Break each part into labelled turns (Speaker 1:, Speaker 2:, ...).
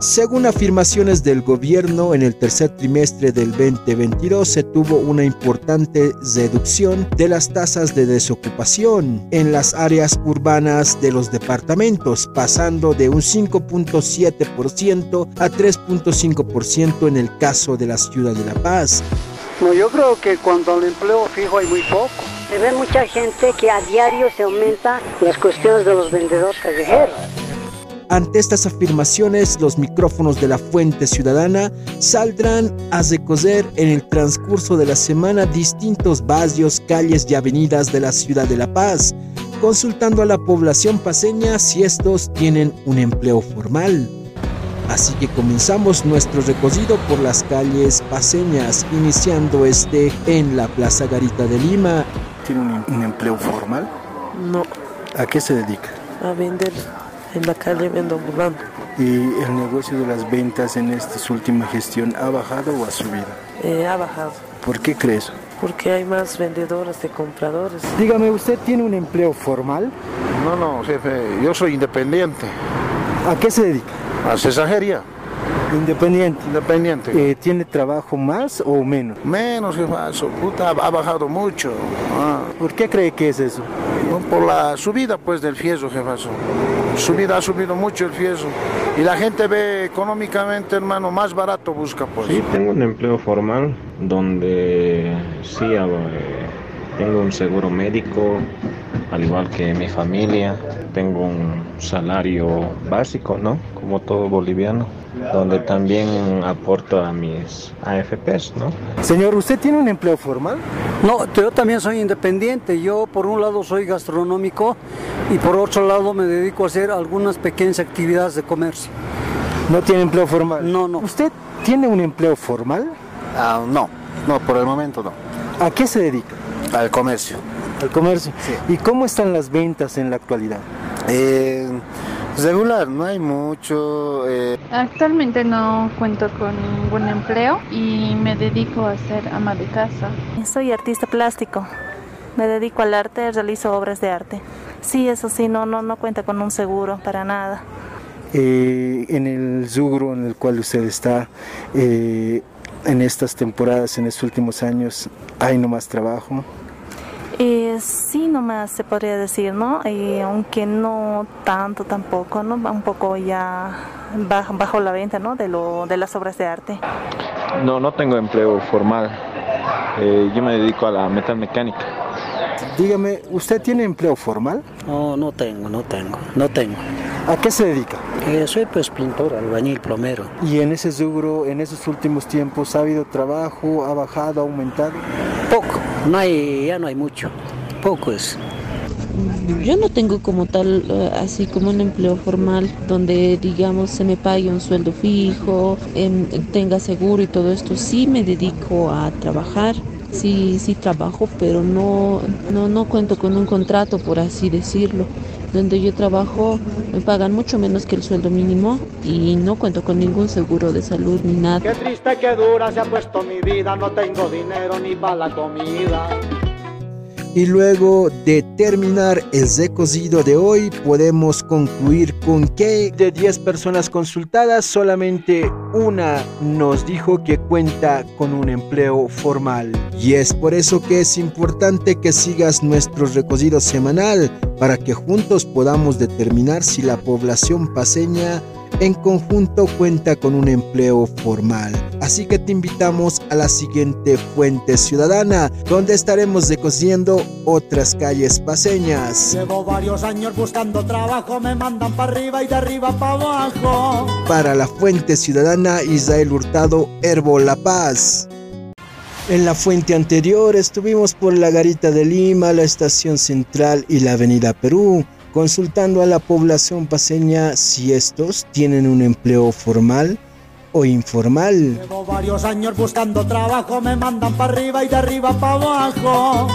Speaker 1: Según afirmaciones del gobierno, en el tercer trimestre del 2022 se tuvo una importante reducción de las tasas de desocupación en las áreas urbanas de los departamentos, pasando de un 5.7% a 3.5% en el caso de la ciudad de La Paz.
Speaker 2: No, yo creo que cuando el empleo fijo hay muy poco.
Speaker 3: Se ve mucha gente que a diario se aumenta las cuestiones de los vendedores callejeros.
Speaker 1: Ante estas afirmaciones, los micrófonos de la Fuente Ciudadana saldrán a recoger en el transcurso de la semana distintos barrios, calles y avenidas de la ciudad de La Paz, consultando a la población paseña si estos tienen un empleo formal. Así que comenzamos nuestro recorrido por las calles paseñas, iniciando este en la Plaza Garita de Lima.
Speaker 4: ¿Tiene un, em, un empleo formal?
Speaker 5: No.
Speaker 4: ¿A qué se dedica?
Speaker 5: A vender en la calle vendo ambulante.
Speaker 4: ¿Y el negocio de las ventas en esta última gestión ha bajado o ha subido?
Speaker 5: Eh, ha bajado.
Speaker 4: ¿Por qué crees?
Speaker 5: Porque hay más vendedoras de compradores.
Speaker 6: Dígame, ¿usted tiene un empleo formal?
Speaker 7: No, no, jefe, yo soy independiente.
Speaker 6: ¿A qué se dedica?
Speaker 7: A cesajería.
Speaker 6: Independiente.
Speaker 7: Independiente.
Speaker 6: Eh, ¿Tiene trabajo más o menos?
Speaker 7: Menos, jefe, su puta, ha bajado mucho. Ah.
Speaker 6: ¿Por qué cree que es eso?
Speaker 7: No, por la subida pues del fieso, jefazo. Subida ha subido mucho el fieso. Y la gente ve económicamente, hermano, más barato busca pues.
Speaker 8: Sí, tengo un empleo formal donde sí ah, tengo un seguro médico, al igual que mi familia. Tengo un salario básico, ¿no? Como todo boliviano, donde también aporto a mis AFPs, ¿no?
Speaker 6: Señor, ¿usted tiene un empleo formal?
Speaker 2: No, yo también soy independiente. Yo por un lado soy gastronómico y por otro lado me dedico a hacer algunas pequeñas actividades de comercio.
Speaker 6: ¿No tiene empleo formal?
Speaker 2: No, no.
Speaker 6: ¿Usted tiene un empleo formal?
Speaker 7: Ah, no, no, por el momento no.
Speaker 6: ¿A qué se dedica?
Speaker 7: Al comercio.
Speaker 6: Al comercio. Sí. ¿Y cómo están las ventas en la actualidad?
Speaker 7: Eh, regular, no hay mucho. Eh.
Speaker 9: Actualmente no cuento con ningún empleo y me dedico a ser ama de casa.
Speaker 10: Soy artista plástico. Me dedico al arte, realizo obras de arte. Sí, eso sí, no, no, no cuenta con un seguro para nada.
Speaker 6: Eh, en el rubro en el cual usted está, eh, en estas temporadas, en estos últimos años, ¿hay no más trabajo?
Speaker 10: Eh, sí, nomás se podría decir, ¿no? Eh, aunque no tanto tampoco, ¿no? Un poco ya bajo, bajo la venta, ¿no? De, lo, de las obras de arte.
Speaker 8: No, no tengo empleo formal. Eh, yo me dedico a la metalmecánica.
Speaker 6: Dígame, ¿usted tiene empleo formal?
Speaker 11: No, no tengo, no tengo, no tengo.
Speaker 6: ¿A qué se dedica?
Speaker 11: soy pues pintor, albañil, plomero.
Speaker 6: ¿Y en ese rubro, en esos últimos tiempos, ha habido trabajo, ha bajado, ha aumentado?
Speaker 11: Poco, no hay, ya no hay mucho, poco es.
Speaker 12: Yo no tengo como tal, eh, así como un empleo formal donde digamos se me pague un sueldo fijo, em, tenga seguro y todo esto. Sí me dedico a trabajar, sí, sí trabajo, pero no, no, no cuento con un contrato, por así decirlo donde yo trabajo me pagan mucho menos que el sueldo mínimo y no cuento con ningún seguro de salud ni nada.
Speaker 13: Qué triste, qué dura se ha puesto mi vida, no tengo dinero ni para la comida.
Speaker 1: Y luego de terminar el recocido de hoy, podemos concluir con que de 10 personas consultadas, solamente una nos dijo que cuenta con un empleo formal. Y es por eso que es importante que sigas nuestro recocido semanal para que juntos podamos determinar si la población paseña en conjunto cuenta con un empleo formal. Así que te invitamos a la siguiente Fuente Ciudadana, donde estaremos decosiendo otras calles paseñas.
Speaker 14: Llevo varios años buscando trabajo, me mandan para arriba y de arriba para abajo.
Speaker 1: Para la Fuente Ciudadana, Israel Hurtado, Herbo La Paz. En la fuente anterior estuvimos por la Garita de Lima, la Estación Central y la Avenida Perú consultando a la población paseña si estos tienen un empleo formal o informal.
Speaker 14: Llevo varios años buscando trabajo, me mandan para arriba y de arriba para abajo.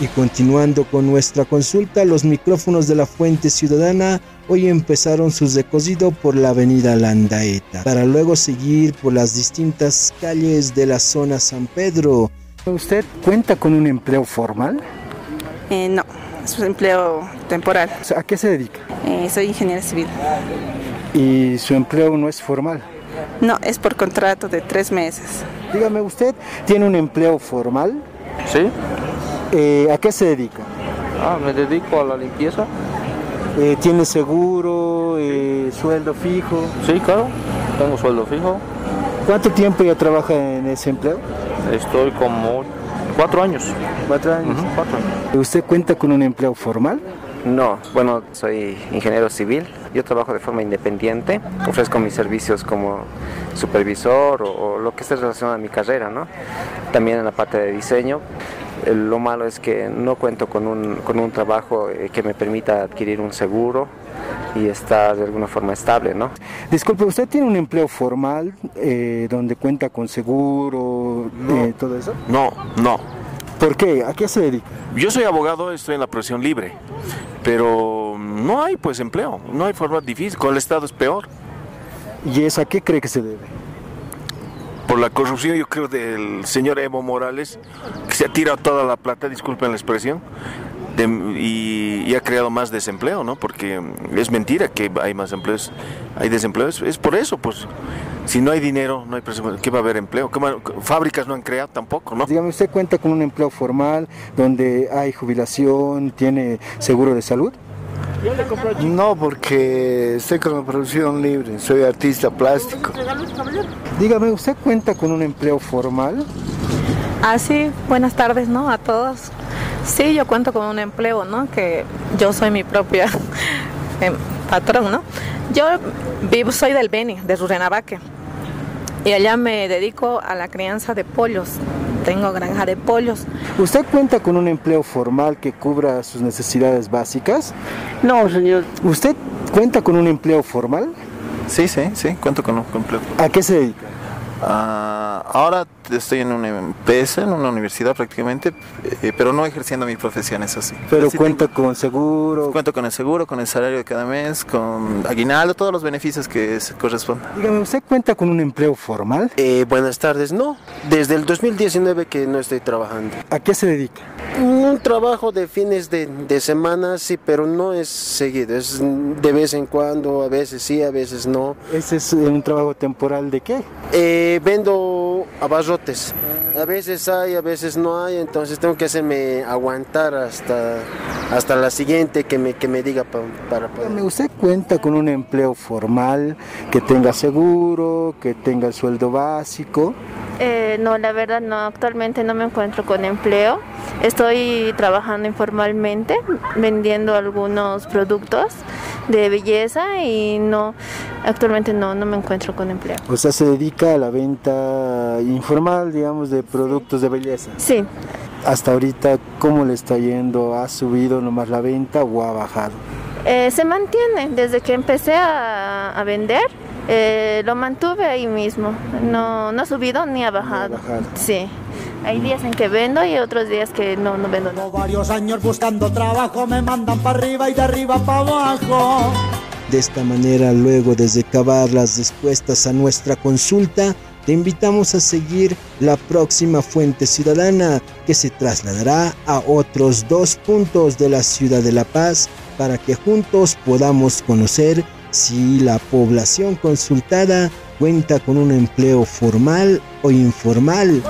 Speaker 1: Y continuando con nuestra consulta, los micrófonos de la Fuente Ciudadana hoy empezaron su recorrido por la avenida Landaeta, para luego seguir por las distintas calles de la zona San Pedro.
Speaker 6: ¿Usted cuenta con un empleo formal?
Speaker 15: Eh, no, es un empleo temporal.
Speaker 6: ¿A qué se dedica?
Speaker 15: Eh, soy ingeniera civil.
Speaker 6: y su empleo no es formal.
Speaker 10: No, es por contrato de tres meses.
Speaker 6: Dígame, ¿usted tiene un empleo formal?
Speaker 16: Sí.
Speaker 6: Eh, ¿A qué se dedica?
Speaker 16: Ah, me dedico a la limpieza.
Speaker 6: Eh, ¿Tiene seguro, eh, sueldo fijo?
Speaker 16: Sí, claro. Tengo sueldo fijo.
Speaker 6: ¿Cuánto tiempo ya trabaja en ese empleo?
Speaker 16: Estoy como cuatro años.
Speaker 6: ¿Cuatro años?
Speaker 16: Ujú, cuatro años.
Speaker 6: ¿Usted cuenta con un empleo formal?
Speaker 12: No, bueno, soy ingeniero civil. Yo trabajo de forma independiente. Ofrezco mis servicios como supervisor o, o lo que esté relacionado a mi carrera, ¿no? También en la parte de diseño. Eh, Lo malo es que no cuento con un, con un trabajo eh, que me permita adquirir un seguro y estar de alguna forma estable, ¿no?
Speaker 6: Disculpe, ¿usted tiene un empleo formal eh, donde cuenta con seguro, eh, todo eso?
Speaker 7: No, no.
Speaker 6: ¿Por qué? ¿A qué se dedica?
Speaker 7: Yo soy abogado, estoy en la profesión libre, pero no hay pues empleo, no hay forma difícil, con el Estado es peor.
Speaker 6: ¿Y es a qué cree que se debe?
Speaker 7: Por la corrupción yo creo del señor Evo Morales, que se ha tirado toda la plata, disculpen la expresión, de- y, y ha creado más desempleo, ¿no? Porque es mentira que hay más empleos, hay desempleo, es, es por eso, pues. Si no hay dinero, no hay presupuesto, ¿qué va a haber empleo? ¿Qué ma- fábricas no han creado tampoco, ¿no?
Speaker 6: Dígame, ¿usted cuenta con un empleo formal donde hay jubilación, tiene seguro de salud?
Speaker 17: No, porque estoy con la producción libre, soy artista plástico.
Speaker 6: Dígame, ¿usted cuenta con un empleo formal?
Speaker 10: Ah, sí, buenas tardes, ¿no? A todos. Sí, yo cuento con un empleo, ¿no? Que yo soy mi propia em, patrón, ¿no? Yo vivo, soy del Beni, de Rurrenabaque. Y allá me dedico a la crianza de pollos. Tengo granja de pollos.
Speaker 6: ¿Usted cuenta con un empleo formal que cubra sus necesidades básicas?
Speaker 18: No, señor.
Speaker 6: ¿Usted cuenta con un empleo formal?
Speaker 19: Sí, sí, sí, cuento con un empleo.
Speaker 6: ¿A qué se dedica?
Speaker 19: Ah, ahora estoy en una empresa, en una universidad prácticamente, eh, pero no ejerciendo mi profesión, eso sí.
Speaker 6: Pero
Speaker 19: Sí
Speaker 6: cuenta con seguro.
Speaker 19: Cuento con el seguro, con el salario de cada mes, con aguinaldo, todos los beneficios que se correspondan.
Speaker 6: Dígame, ¿usted cuenta con un empleo formal?
Speaker 2: Eh, buenas tardes, no. Desde el 2019 que no estoy trabajando.
Speaker 6: ¿A qué se dedica?
Speaker 2: Un trabajo de fines de, de semana, sí, pero no es seguido. Es de vez en cuando, a veces sí, a veces no.
Speaker 6: ¿Ese es eh, un trabajo temporal de qué?
Speaker 2: Eh, vendo abarrotes. A veces hay, a veces no hay, entonces tengo que hacerme aguantar hasta, hasta la siguiente que me, que me diga pa- para poder.
Speaker 6: Dígame, ¿usted cuenta con un empleo formal que tenga seguro, que tenga el sueldo básico?
Speaker 9: Eh, no, la verdad no, actualmente no me encuentro con empleo. Estoy trabajando informalmente, vendiendo algunos productos de belleza y no, actualmente no, no me encuentro con empleo.
Speaker 6: O sea, se dedica a la venta informal, digamos, de productos de belleza.
Speaker 9: Sí,
Speaker 6: Hasta ahorita, ¿cómo le está yendo? ¿Ha subido nomás la venta o ha bajado?
Speaker 9: eh, se mantiene. Desde que empecé a, a vender, eh, lo mantuve ahí mismo. No, no ha subido ni ha bajado.
Speaker 20: bajado.
Speaker 9: Sí. Hay días en que vendo y otros días que no, no vendo nada.
Speaker 20: Varios años buscando trabajo me mandan para arriba y de arriba para abajo.
Speaker 1: De esta manera, luego de recabar las respuestas a nuestra consulta, te invitamos a seguir la próxima fuente ciudadana que se trasladará a otros dos puntos de la ciudad de La Paz para que juntos podamos conocer si la población consultada cuenta con un empleo formal o informal.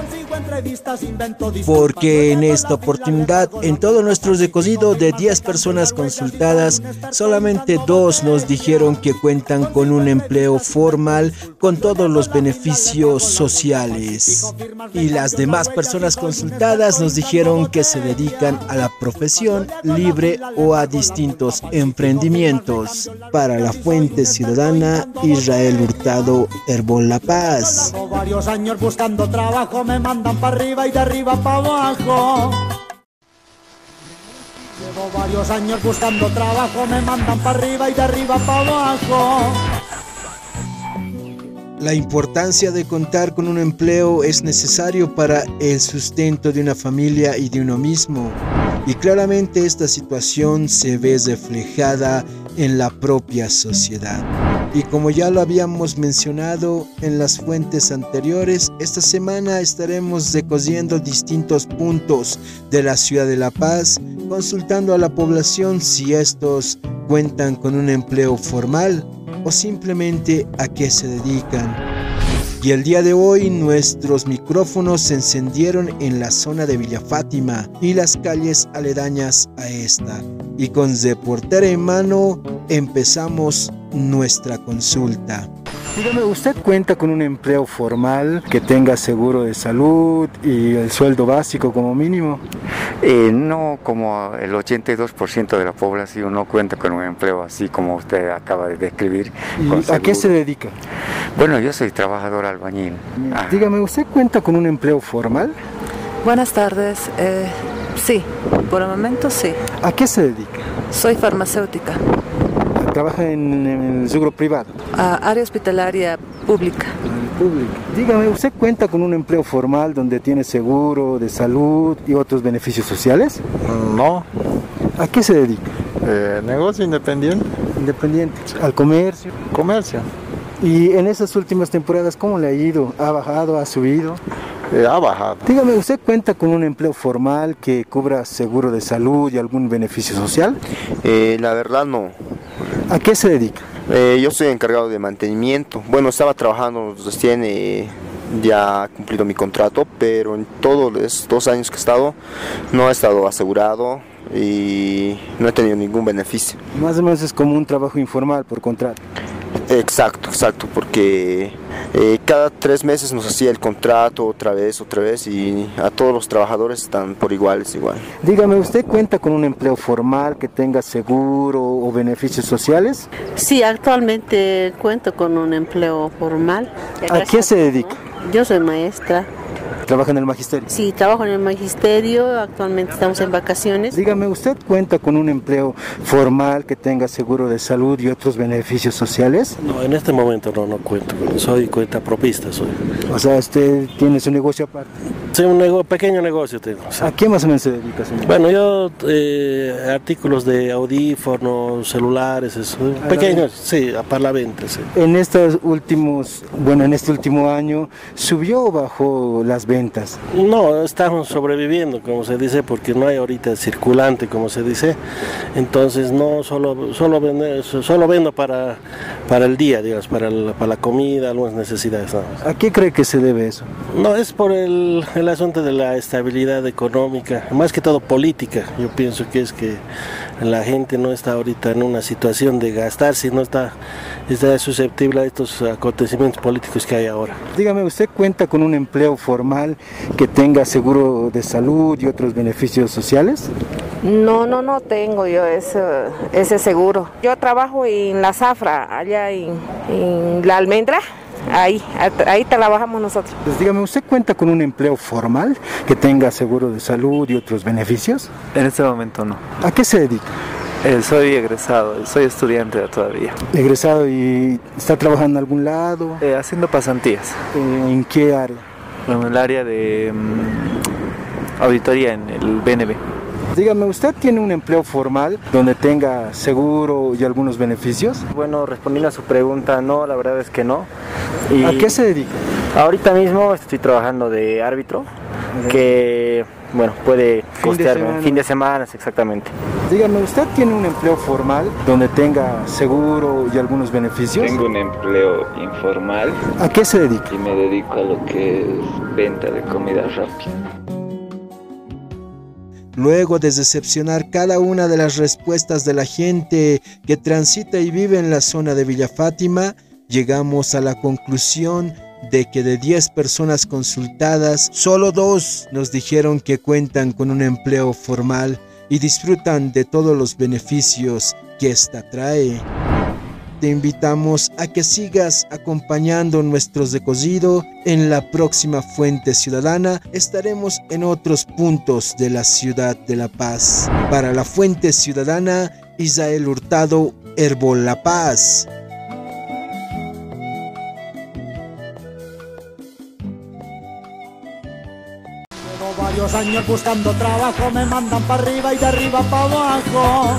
Speaker 1: Porque en esta oportunidad, en todo nuestro recorrido de 10 personas consultadas, solamente dos nos dijeron que cuentan con un empleo formal con todos los beneficios sociales. Y las demás personas consultadas nos dijeron que se dedican a la profesión libre o a distintos emprendimientos. Para la Fuente Ciudadana, Israel Hurtado, Herbol La Paz.
Speaker 20: Varios años buscando trabajo me mandan para arriba y de arriba para abajo. Llevo varios años buscando trabajo me mandan para arriba y de arriba para abajo.
Speaker 1: La importancia de contar con un empleo es necesario para el sustento de una familia y de uno mismo. Y claramente esta situación se ve reflejada en la propia sociedad. Y como ya lo habíamos mencionado en las fuentes anteriores, esta semana estaremos recorriendo distintos puntos de la ciudad de La Paz, consultando a la población si estos cuentan con un empleo formal o simplemente a qué se dedican. Y el día de hoy nuestros micrófonos se encendieron en la zona de Villa Fátima y las calles aledañas a esta. Y con reportera en mano empezamos nuestra consulta.
Speaker 6: Dígame, ¿usted cuenta con un empleo formal que tenga seguro de salud y el sueldo básico como mínimo?
Speaker 3: Eh, no como el 82% de la población no cuenta con un empleo así como usted acaba de describir.
Speaker 6: ¿Y
Speaker 3: con
Speaker 6: a qué se
Speaker 3: seguro.
Speaker 6: dedica?
Speaker 3: Bueno, yo soy trabajador albañil. Ah,
Speaker 6: Dígame, ¿usted cuenta con un empleo formal?
Speaker 4: Buenas tardes. eh, sí, por el momento sí.
Speaker 6: ¿A qué se dedica?
Speaker 4: Soy farmacéutica,
Speaker 6: ¿Trabaja en, en el seguro privado?
Speaker 4: a área hospitalaria pública.
Speaker 6: Público. Dígame, ¿usted cuenta con un empleo formal donde tiene seguro de salud y otros beneficios sociales?
Speaker 21: No. Eh,
Speaker 6: ¿A qué se dedica?
Speaker 21: negocio independiente.
Speaker 6: Independiente. ¿Al comercio?
Speaker 21: Comercio.
Speaker 6: ¿Y en esas últimas temporadas cómo le ha ido? ¿Ha bajado? ¿Ha subido?
Speaker 21: Eh, ha bajado.
Speaker 6: Dígame, ¿usted cuenta con un empleo formal que cubra seguro de salud y algún beneficio social?
Speaker 22: Eh, la verdad no.
Speaker 6: ¿A qué se dedica?
Speaker 22: Eh, yo soy encargado de mantenimiento. Bueno, estaba trabajando recién, eh, ya cumplido mi contrato, pero en todos los dos años que he estado no he estado asegurado y no he tenido ningún beneficio.
Speaker 6: Más o menos es como un trabajo informal por contrato.
Speaker 22: Exacto, exacto, porque eh, cada tres meses nos hacía el contrato otra vez, otra vez y a todos los trabajadores están por iguales igual.
Speaker 6: Dígame, ¿usted cuenta con un empleo formal que tenga seguro o beneficios sociales?
Speaker 23: Sí, actualmente cuento con un empleo formal.
Speaker 6: ¿A qué se dedica?
Speaker 23: Yo soy maestra.
Speaker 6: ¿Trabaja en el magisterio?
Speaker 23: Sí, trabajo en el magisterio, actualmente estamos en vacaciones.
Speaker 6: Dígame, ¿usted cuenta con un empleo formal que tenga seguro de salud y otros beneficios sociales?
Speaker 12: No, en este momento no, no cuento. Soy cuenta propista, soy.
Speaker 6: O sea, usted tiene su negocio aparte.
Speaker 12: Sí, un nego- pequeño negocio tengo. sí.
Speaker 6: ¿A qué más o menos se dedica, señor?
Speaker 12: Bueno, yo eh, artículos de audífonos, celulares, eso,
Speaker 6: la
Speaker 12: pequeños,
Speaker 6: venta.
Speaker 12: sí, a- para la venta, sí.
Speaker 6: En estos últimos, bueno, en este último año, ¿subió o bajó las ventas?
Speaker 12: No, estamos sobreviviendo, como se dice, porque no hay ahorita circulante, como se dice. Entonces, no solo solo vende- solo vendo para, para el día, digamos, para, el- para la comida, algunas necesidades. nada más.
Speaker 6: ¿A qué cree que se debe eso?
Speaker 12: No, es por el, el asunto de la estabilidad económica, más que todo política. Yo pienso que es que la gente no está ahorita en una situación de gastar, sino está, está susceptible a estos acontecimientos políticos que hay ahora.
Speaker 6: Dígame, ¿usted cuenta con un empleo formal que tenga seguro de salud y otros beneficios sociales?
Speaker 24: No, no, no tengo yo ese, ese seguro. Yo trabajo en la zafra, allá en, en la almendra. Ahí, at- ahí trabajamos nosotros.
Speaker 6: Pues dígame, ¿usted cuenta con un empleo formal que tenga seguro de salud y otros beneficios?
Speaker 25: En este momento no.
Speaker 6: ¿A qué se dedica?
Speaker 25: Eh, soy egresado, soy estudiante todavía.
Speaker 6: ¿Egresado y está trabajando en algún lado? eh,
Speaker 25: Eh, haciendo pasantías
Speaker 6: ¿En qué área?
Speaker 25: en el área de mm, auditoría en el BNB.
Speaker 6: Dígame, ¿usted tiene un empleo formal donde tenga seguro y algunos beneficios?
Speaker 26: Bueno, respondiendo a su pregunta, no, la verdad es que no. Y
Speaker 6: ¿A qué se dedica?
Speaker 26: Ahorita mismo estoy trabajando de árbitro, que, bueno, puede costearme
Speaker 6: semana.
Speaker 26: fin de semana, exactamente.
Speaker 6: Dígame, ¿usted tiene un empleo formal donde tenga seguro y algunos beneficios?
Speaker 27: Tengo un empleo informal
Speaker 6: ¿A qué se dedica?
Speaker 27: y me dedico a lo que es venta de comida rápida.
Speaker 1: Luego de decepcionar cada una de las respuestas de la gente que transita y vive en la zona de Villa Fátima, llegamos a la conclusión de que de 10 personas consultadas, solo dos nos dijeron que cuentan con un empleo formal y disfrutan de todos los beneficios que esta trae. Te invitamos a que sigas acompañando nuestros recocido en la próxima Fuente Ciudadana. Estaremos en otros puntos de la ciudad de La Paz. Para la Fuente Ciudadana, Isael Hurtado, Herbol La Paz.
Speaker 14: Llevo varios años buscando trabajo, me mandan para arriba y de arriba para abajo.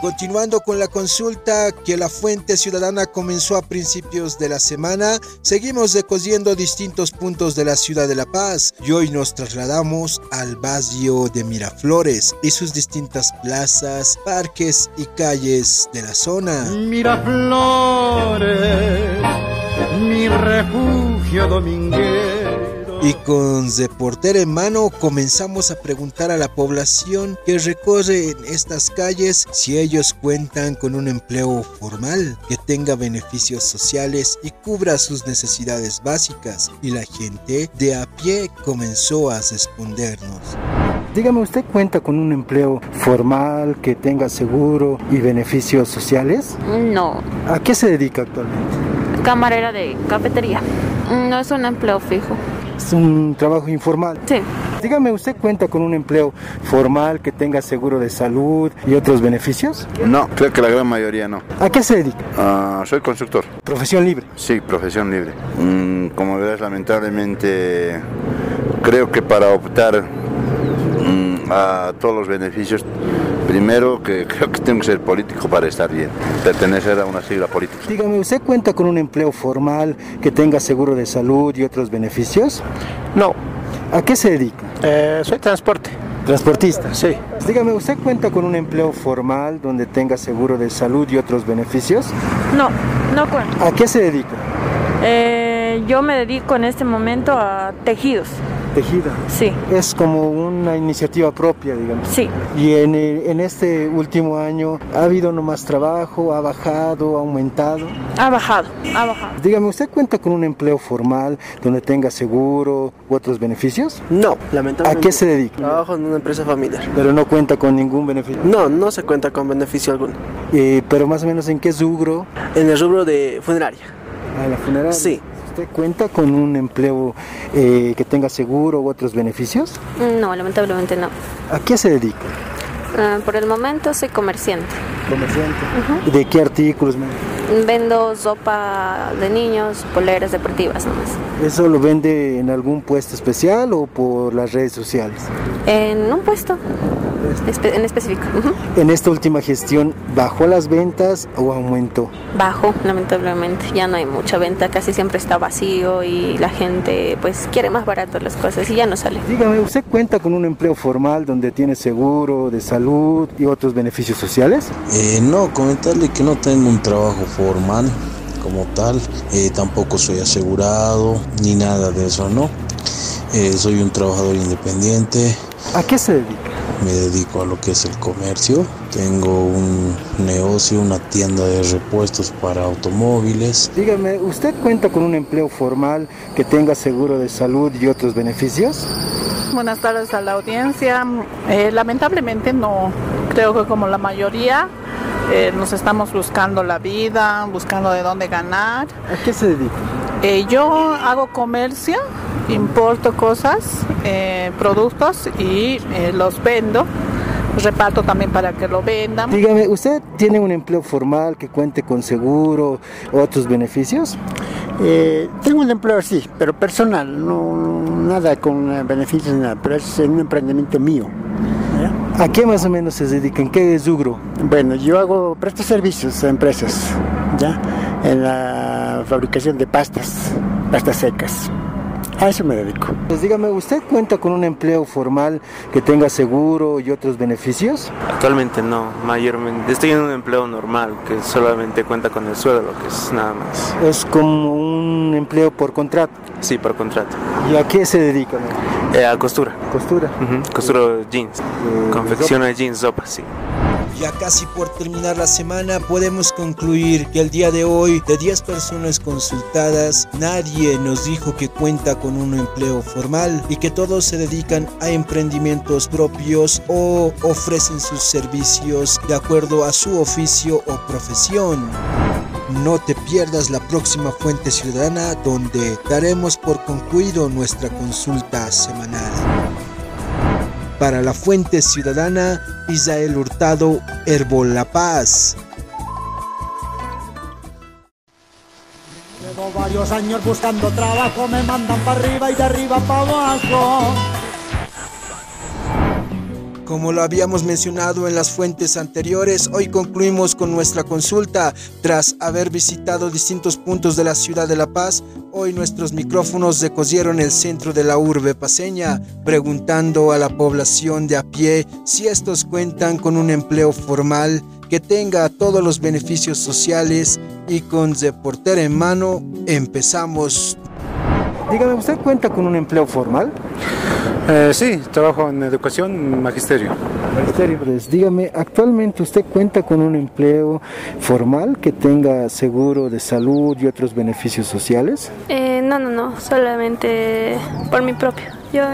Speaker 1: Continuando con la consulta que la Fuente Ciudadana comenzó a principios de la semana, seguimos recogiendo distintos puntos de la ciudad de La Paz y hoy nos trasladamos al barrio de Miraflores y sus distintas plazas, parques y calles de la zona.
Speaker 28: Miraflores, mi refugio dominguero.
Speaker 1: Y con reportero en mano comenzamos a preguntar a la población que recorre en estas calles si ellos cuentan con un empleo formal que tenga beneficios sociales y cubra sus necesidades básicas. Y la gente de a pie comenzó a respondernos.
Speaker 6: Dígame, ¿usted cuenta con un empleo formal que tenga seguro y beneficios sociales?
Speaker 10: No,
Speaker 6: ¿A qué se dedica actualmente?
Speaker 10: camarera de cafetería. No es un empleo fijo.
Speaker 6: Es un trabajo informal.
Speaker 10: Sí.
Speaker 6: Dígame, ¿usted cuenta con un empleo formal que tenga seguro de salud y otros beneficios?
Speaker 7: No, creo que la gran mayoría no.
Speaker 6: ¿A qué se dedica?
Speaker 7: Ah, soy constructor.
Speaker 6: ¿Profesión libre?
Speaker 7: Sí, profesión libre. Mm, como verás, lamentablemente, creo que para optar mm, a todos los beneficios, primero que creo que tengo que ser político para estar bien, pertenecer a una sigla política.
Speaker 6: Dígame, ¿usted cuenta con un empleo formal que tenga seguro de salud y otros beneficios?
Speaker 29: No.
Speaker 6: ¿A qué se dedica? Eh,
Speaker 29: soy transporte.
Speaker 6: ¿Transportista?
Speaker 29: Sí.
Speaker 6: Dígame, ¿usted cuenta con un empleo formal donde tenga seguro de salud y otros beneficios?
Speaker 30: No, no cuento.
Speaker 6: ¿A qué se dedica?
Speaker 30: Eh, yo me dedico en este momento a tejidos.
Speaker 6: Tejida.
Speaker 30: Sí.
Speaker 6: Es como una iniciativa propia, digamos.
Speaker 30: Sí.
Speaker 6: Y en, el- en este último año ha habido nomás trabajo, ha bajado, ha aumentado.
Speaker 30: Ha bajado, ha bajado.
Speaker 6: Dígame, ¿usted cuenta con un empleo formal donde tenga seguro u otros beneficios?
Speaker 31: No,
Speaker 6: ¿A
Speaker 31: lamentablemente.
Speaker 6: qué se dedica?
Speaker 31: Trabajo en una empresa familiar.
Speaker 6: Pero no cuenta con ningún beneficio.
Speaker 31: No, no se cuenta con beneficio alguno.
Speaker 6: Eh, pero más o menos en qué rubro?
Speaker 31: En el rubro de funeraria.
Speaker 6: ¿A la funeraria?
Speaker 31: Sí.
Speaker 6: ¿Usted cuenta con un empleo eh, que tenga seguro u otros beneficios?
Speaker 10: No, lamentablemente no.
Speaker 6: ¿A qué se dedica?
Speaker 10: Ah, por el momento soy comerciante.
Speaker 6: Comerciante. ¿De qué artículos? ma'am?
Speaker 10: Vendo sopa de niños, poleras deportivas nomás.
Speaker 6: ¿Eso lo vende en algún puesto especial o por las redes sociales?
Speaker 10: En un puesto espe- en específico. Ujú.
Speaker 6: En esta última gestión, ¿bajó las ventas o aumentó?
Speaker 10: Bajo, lamentablemente. Ya no hay mucha venta, casi siempre está vacío y la gente pues quiere más barato las cosas y ya no sale.
Speaker 6: Dígame, ¿usted cuenta con un empleo formal donde tiene seguro de salud y otros beneficios sociales?
Speaker 8: Eh, no, comentarle que no tengo un trabajo formal como tal, eh, tampoco soy asegurado ni nada de eso, ¿no? Eh, soy un trabajador independiente,
Speaker 6: ¿A qué se dedica?
Speaker 8: me dedico a lo que es el comercio, tengo un negocio, una tienda de repuestos para automóviles,
Speaker 6: Dígame, ¿usted cuenta con un empleo formal que tenga seguro de salud y otros beneficios?
Speaker 9: Buenas tardes a la audiencia. Eh, lamentablemente no, creo que como la mayoría eh, nos estamos buscando la vida, buscando de dónde ganar.
Speaker 6: ¿A qué se dedica?
Speaker 9: Eh, yo hago comercio, importo cosas, eh, productos y eh, los vendo. Reparto también para que lo vendan.
Speaker 6: Dígame, ¿usted tiene un empleo formal que cuente con seguro o otros beneficios?
Speaker 2: Eh, tengo un empleo así, pero personal, no, no- nada con eh, beneficios ni nada, pero es un emprendimiento mío.
Speaker 6: ¿A qué más o menos se dedican? ¿Qué es Ugro?
Speaker 2: Bueno, yo hago, presto servicios a empresas, ¿ya? En la fabricación de pastas, pastas secas. A eso me dedico.
Speaker 6: Pues dígame, ¿usted cuenta con un empleo formal que tenga seguro y otros beneficios?
Speaker 32: Actualmente no, mayormente. Estoy en un empleo normal que solamente cuenta con el sueldo, lo que es nada más.
Speaker 6: Es como un empleo por contrato.
Speaker 32: Sí, por contrato.
Speaker 6: ¿Y a qué se dedica? ma'am?
Speaker 32: Eh, a costura.
Speaker 6: Costura. Eh,
Speaker 32: Costuro jeans. Confecciono de jeans, sopa, sí.
Speaker 1: Ya casi por terminar la semana podemos concluir que el día de hoy de 10 personas consultadas nadie nos dijo que cuenta con un empleo formal y que todos se dedican a emprendimientos propios o ofrecen sus servicios de acuerdo a su oficio o profesión. No te pierdas la próxima Fuente Ciudadana donde daremos por concluido nuestra consulta semanal. Para la Fuente Ciudadana, Isael Hurtado, Herbol La Paz.
Speaker 28: Llevo varios años buscando trabajo, me mandan para arriba y de arriba para abajo.
Speaker 33: Como lo habíamos mencionado en las fuentes anteriores, hoy concluimos con nuestra consulta. Tras haber visitado distintos puntos de la ciudad de La Paz, hoy nuestros micrófonos recogieron el centro de la urbe paseña, preguntando a la población de a pie si estos cuentan con un empleo formal que tenga todos los beneficios sociales y con reportera en mano empezamos.
Speaker 6: Dígame, ¿usted cuenta con un empleo formal?
Speaker 7: Eh, sí, trabajo en educación, magisterio.
Speaker 6: Magisterio, pues, dígame, ¿actualmente usted cuenta con un empleo formal que tenga seguro de salud y otros beneficios sociales?
Speaker 10: Eh, no, no, no, solamente por mi propio, yo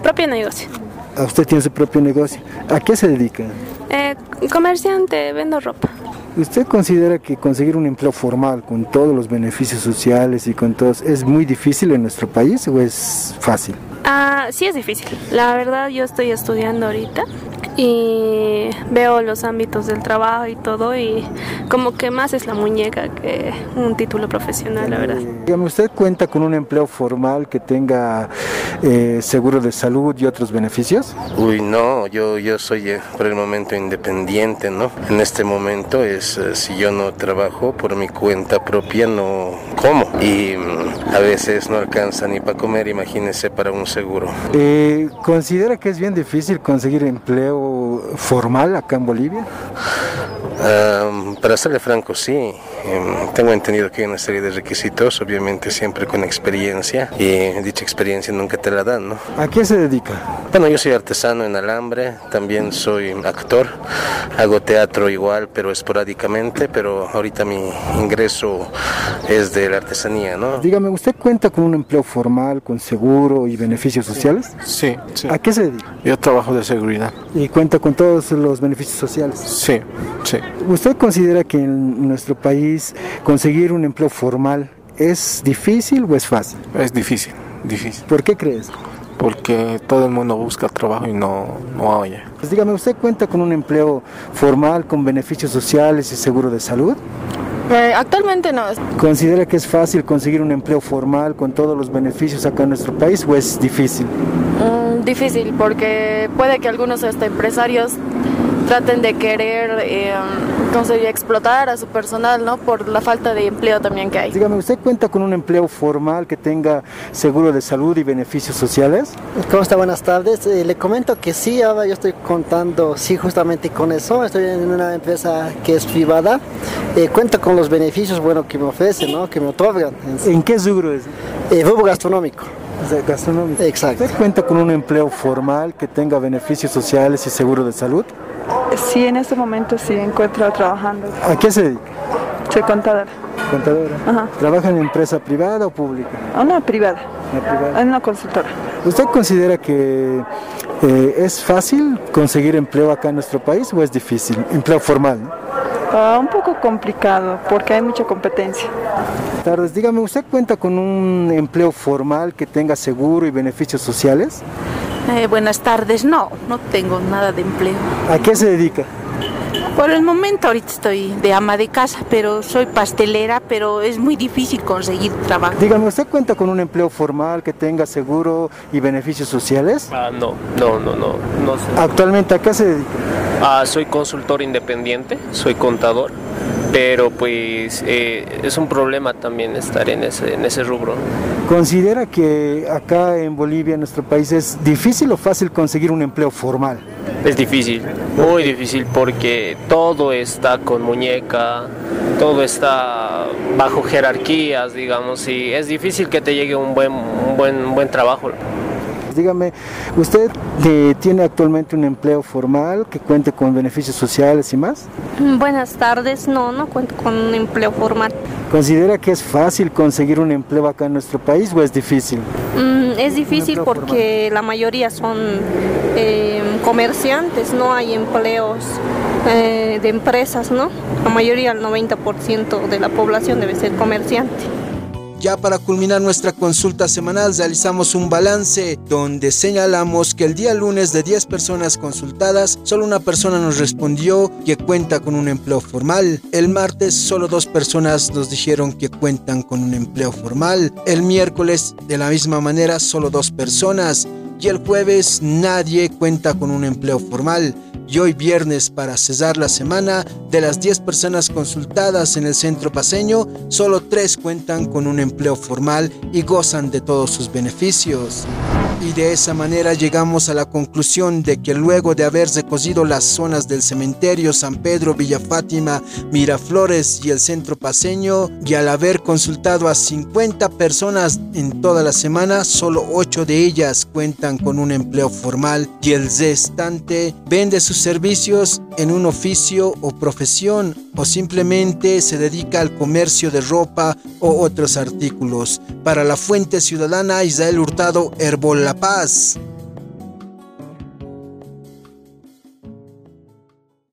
Speaker 10: propio negocio.
Speaker 6: Ah, Usted tiene su propio negocio. ¿A qué se dedica?
Speaker 10: Eh, comerciante, vendo ropa.
Speaker 6: ¿Usted considera que conseguir un empleo formal con todos los beneficios sociales y con todos es muy difícil en nuestro país o es fácil?
Speaker 10: Ah, sí es difícil. La verdad yo estoy estudiando ahorita y veo los ámbitos del trabajo y todo y como que más es la muñeca que un título profesional, la verdad.
Speaker 6: Dígame, ¿usted cuenta con un empleo formal que tenga eh, seguro de salud y otros beneficios?
Speaker 34: Uy, no, yo, yo soy eh, por el momento independiente, ¿no? En este momento es, eh, si yo no trabajo por mi cuenta propia, no como. Y mm, a veces no alcanza ni para comer, imagínese para un seguro.
Speaker 6: Eh, ¿Considera que es bien difícil conseguir empleo formal acá en Bolivia?
Speaker 34: Ah, para serle franco, sí. Em, tengo entendido que hay una serie de requisitos, obviamente siempre con experiencia, y dicha experiencia nunca te la dan, ¿no?
Speaker 6: ¿A qué se dedica?
Speaker 34: Bueno, yo soy artesano en alambre, también soy actor, hago teatro igual, pero esporádicamente, pero ahorita mi ingreso es de la artesanía, ¿no?
Speaker 6: Dígame, ¿usted cuenta con un empleo formal, con seguro y beneficios sociales?
Speaker 7: Sí, sí.
Speaker 6: ¿A qué se dedica?
Speaker 7: Yo trabajo de seguridad.
Speaker 6: ¿Y cuenta con todos los beneficios sociales?
Speaker 7: Sí, sí.
Speaker 6: ¿Usted considera que en nuestro país conseguir un empleo formal es difícil o es fácil?
Speaker 7: Es difícil, difícil.
Speaker 6: ¿Por qué crees?
Speaker 7: Porque todo el mundo busca trabajo y no, no hay.
Speaker 6: Pues dígame, ¿usted cuenta con un empleo formal, con beneficios sociales y seguro de salud?
Speaker 35: Eh, actualmente no.
Speaker 6: ¿Considera que es fácil conseguir un empleo formal con todos los beneficios acá en nuestro país o es difícil?
Speaker 35: Mm, difícil porque puede que algunos hasta empresarios traten de querer eh, ¿cómo sería? explotar a su personal, ¿no? Por la falta de empleo también que hay.
Speaker 6: Dígame, ¿usted cuenta con un empleo formal que tenga seguro de salud y beneficios sociales?
Speaker 2: ¿Cómo está? Buenas tardes. Eh, le comento que sí, ahora yo estoy contando, sí, justamente con eso. Estoy en una empresa que es privada. Eh, cuento con los beneficios, bueno, que me ofrecen, ¿no? Que me otorgan.
Speaker 6: ¿En qué rubro es?
Speaker 2: Eh, rubro gastronómico.
Speaker 6: Gastronómico.
Speaker 2: Exacto.
Speaker 6: ¿Usted cuenta con un empleo formal que tenga beneficios sociales y seguro de salud?
Speaker 9: Sí, en este momento sí encuentro trabajando.
Speaker 6: ¿A qué se dedica?
Speaker 9: Soy contadora.
Speaker 6: Contadora.
Speaker 9: Ajá.
Speaker 6: ¿Trabaja en empresa privada o pública?
Speaker 9: Una privada.
Speaker 6: Una privada.
Speaker 9: En una consultora.
Speaker 6: ¿Usted considera que eh, es fácil conseguir empleo acá en nuestro país o es difícil? Empleo formal. ¿no?
Speaker 9: Ah, un poco complicado porque hay mucha competencia.
Speaker 6: Buenas Tardes, dígame, ¿usted cuenta con un empleo formal que tenga seguro y beneficios sociales?
Speaker 36: Eh, buenas tardes, no, no tengo nada de empleo.
Speaker 6: ¿A qué se dedica?
Speaker 36: Por el momento ahorita estoy de ama de casa, pero soy pastelera, pero es muy difícil conseguir trabajo.
Speaker 6: Dígame, ¿usted cuenta con un empleo formal que tenga seguro y beneficios sociales?
Speaker 37: Ah, no, no, no, no, no sé.
Speaker 6: Actualmente, ¿a qué se dedica?
Speaker 37: Ah, soy consultor independiente, soy contador, pero pues eh, es un problema también estar en ese, en ese rubro.
Speaker 6: ¿Considera que acá en Bolivia, en nuestro país, es difícil o fácil conseguir un empleo formal?
Speaker 37: Es difícil, muy difícil porque todo está con muñeca, todo está bajo jerarquías, digamos, y es difícil que te llegue un buen, un buen, un buen trabajo.
Speaker 6: Dígame, ¿usted eh, tiene actualmente un empleo formal que cuente con beneficios sociales y más?
Speaker 38: Buenas tardes, no, no cuento con un empleo formal.
Speaker 6: ¿Considera que es fácil conseguir un empleo acá en nuestro país o es difícil?
Speaker 38: Mm, es difícil porque la mayoría son eh, comerciantes, no hay empleos eh, de empresas, ¿no? La mayoría, el 90% de la población debe ser comerciante.
Speaker 33: Ya para culminar nuestra consulta semanal realizamos un balance donde señalamos que el día lunes de 10 personas consultadas, solo una persona nos respondió que cuenta con un empleo formal. El martes solo dos personas nos dijeron que cuentan con un empleo formal. El miércoles de la misma manera solo dos personas.
Speaker 6: Y el jueves nadie cuenta con un empleo formal. Y hoy viernes, para cesar la semana, de las 10 personas consultadas en el centro paseño, solo 3 cuentan con un empleo formal y gozan de todos sus beneficios. Y de esa manera llegamos a la conclusión de que luego de haber recogido las zonas del cementerio San Pedro, Villa Fátima, Miraflores y el centro paseño, y al haber consultado a 50 personas en toda la semana, solo 8 de ellas cuentan con un empleo formal y el restante vende sus servicios en un oficio o profesión o simplemente se dedica al comercio de ropa o otros artículos. Para la Fuente Ciudadana, Israel Hurtado, Herbol La Paz.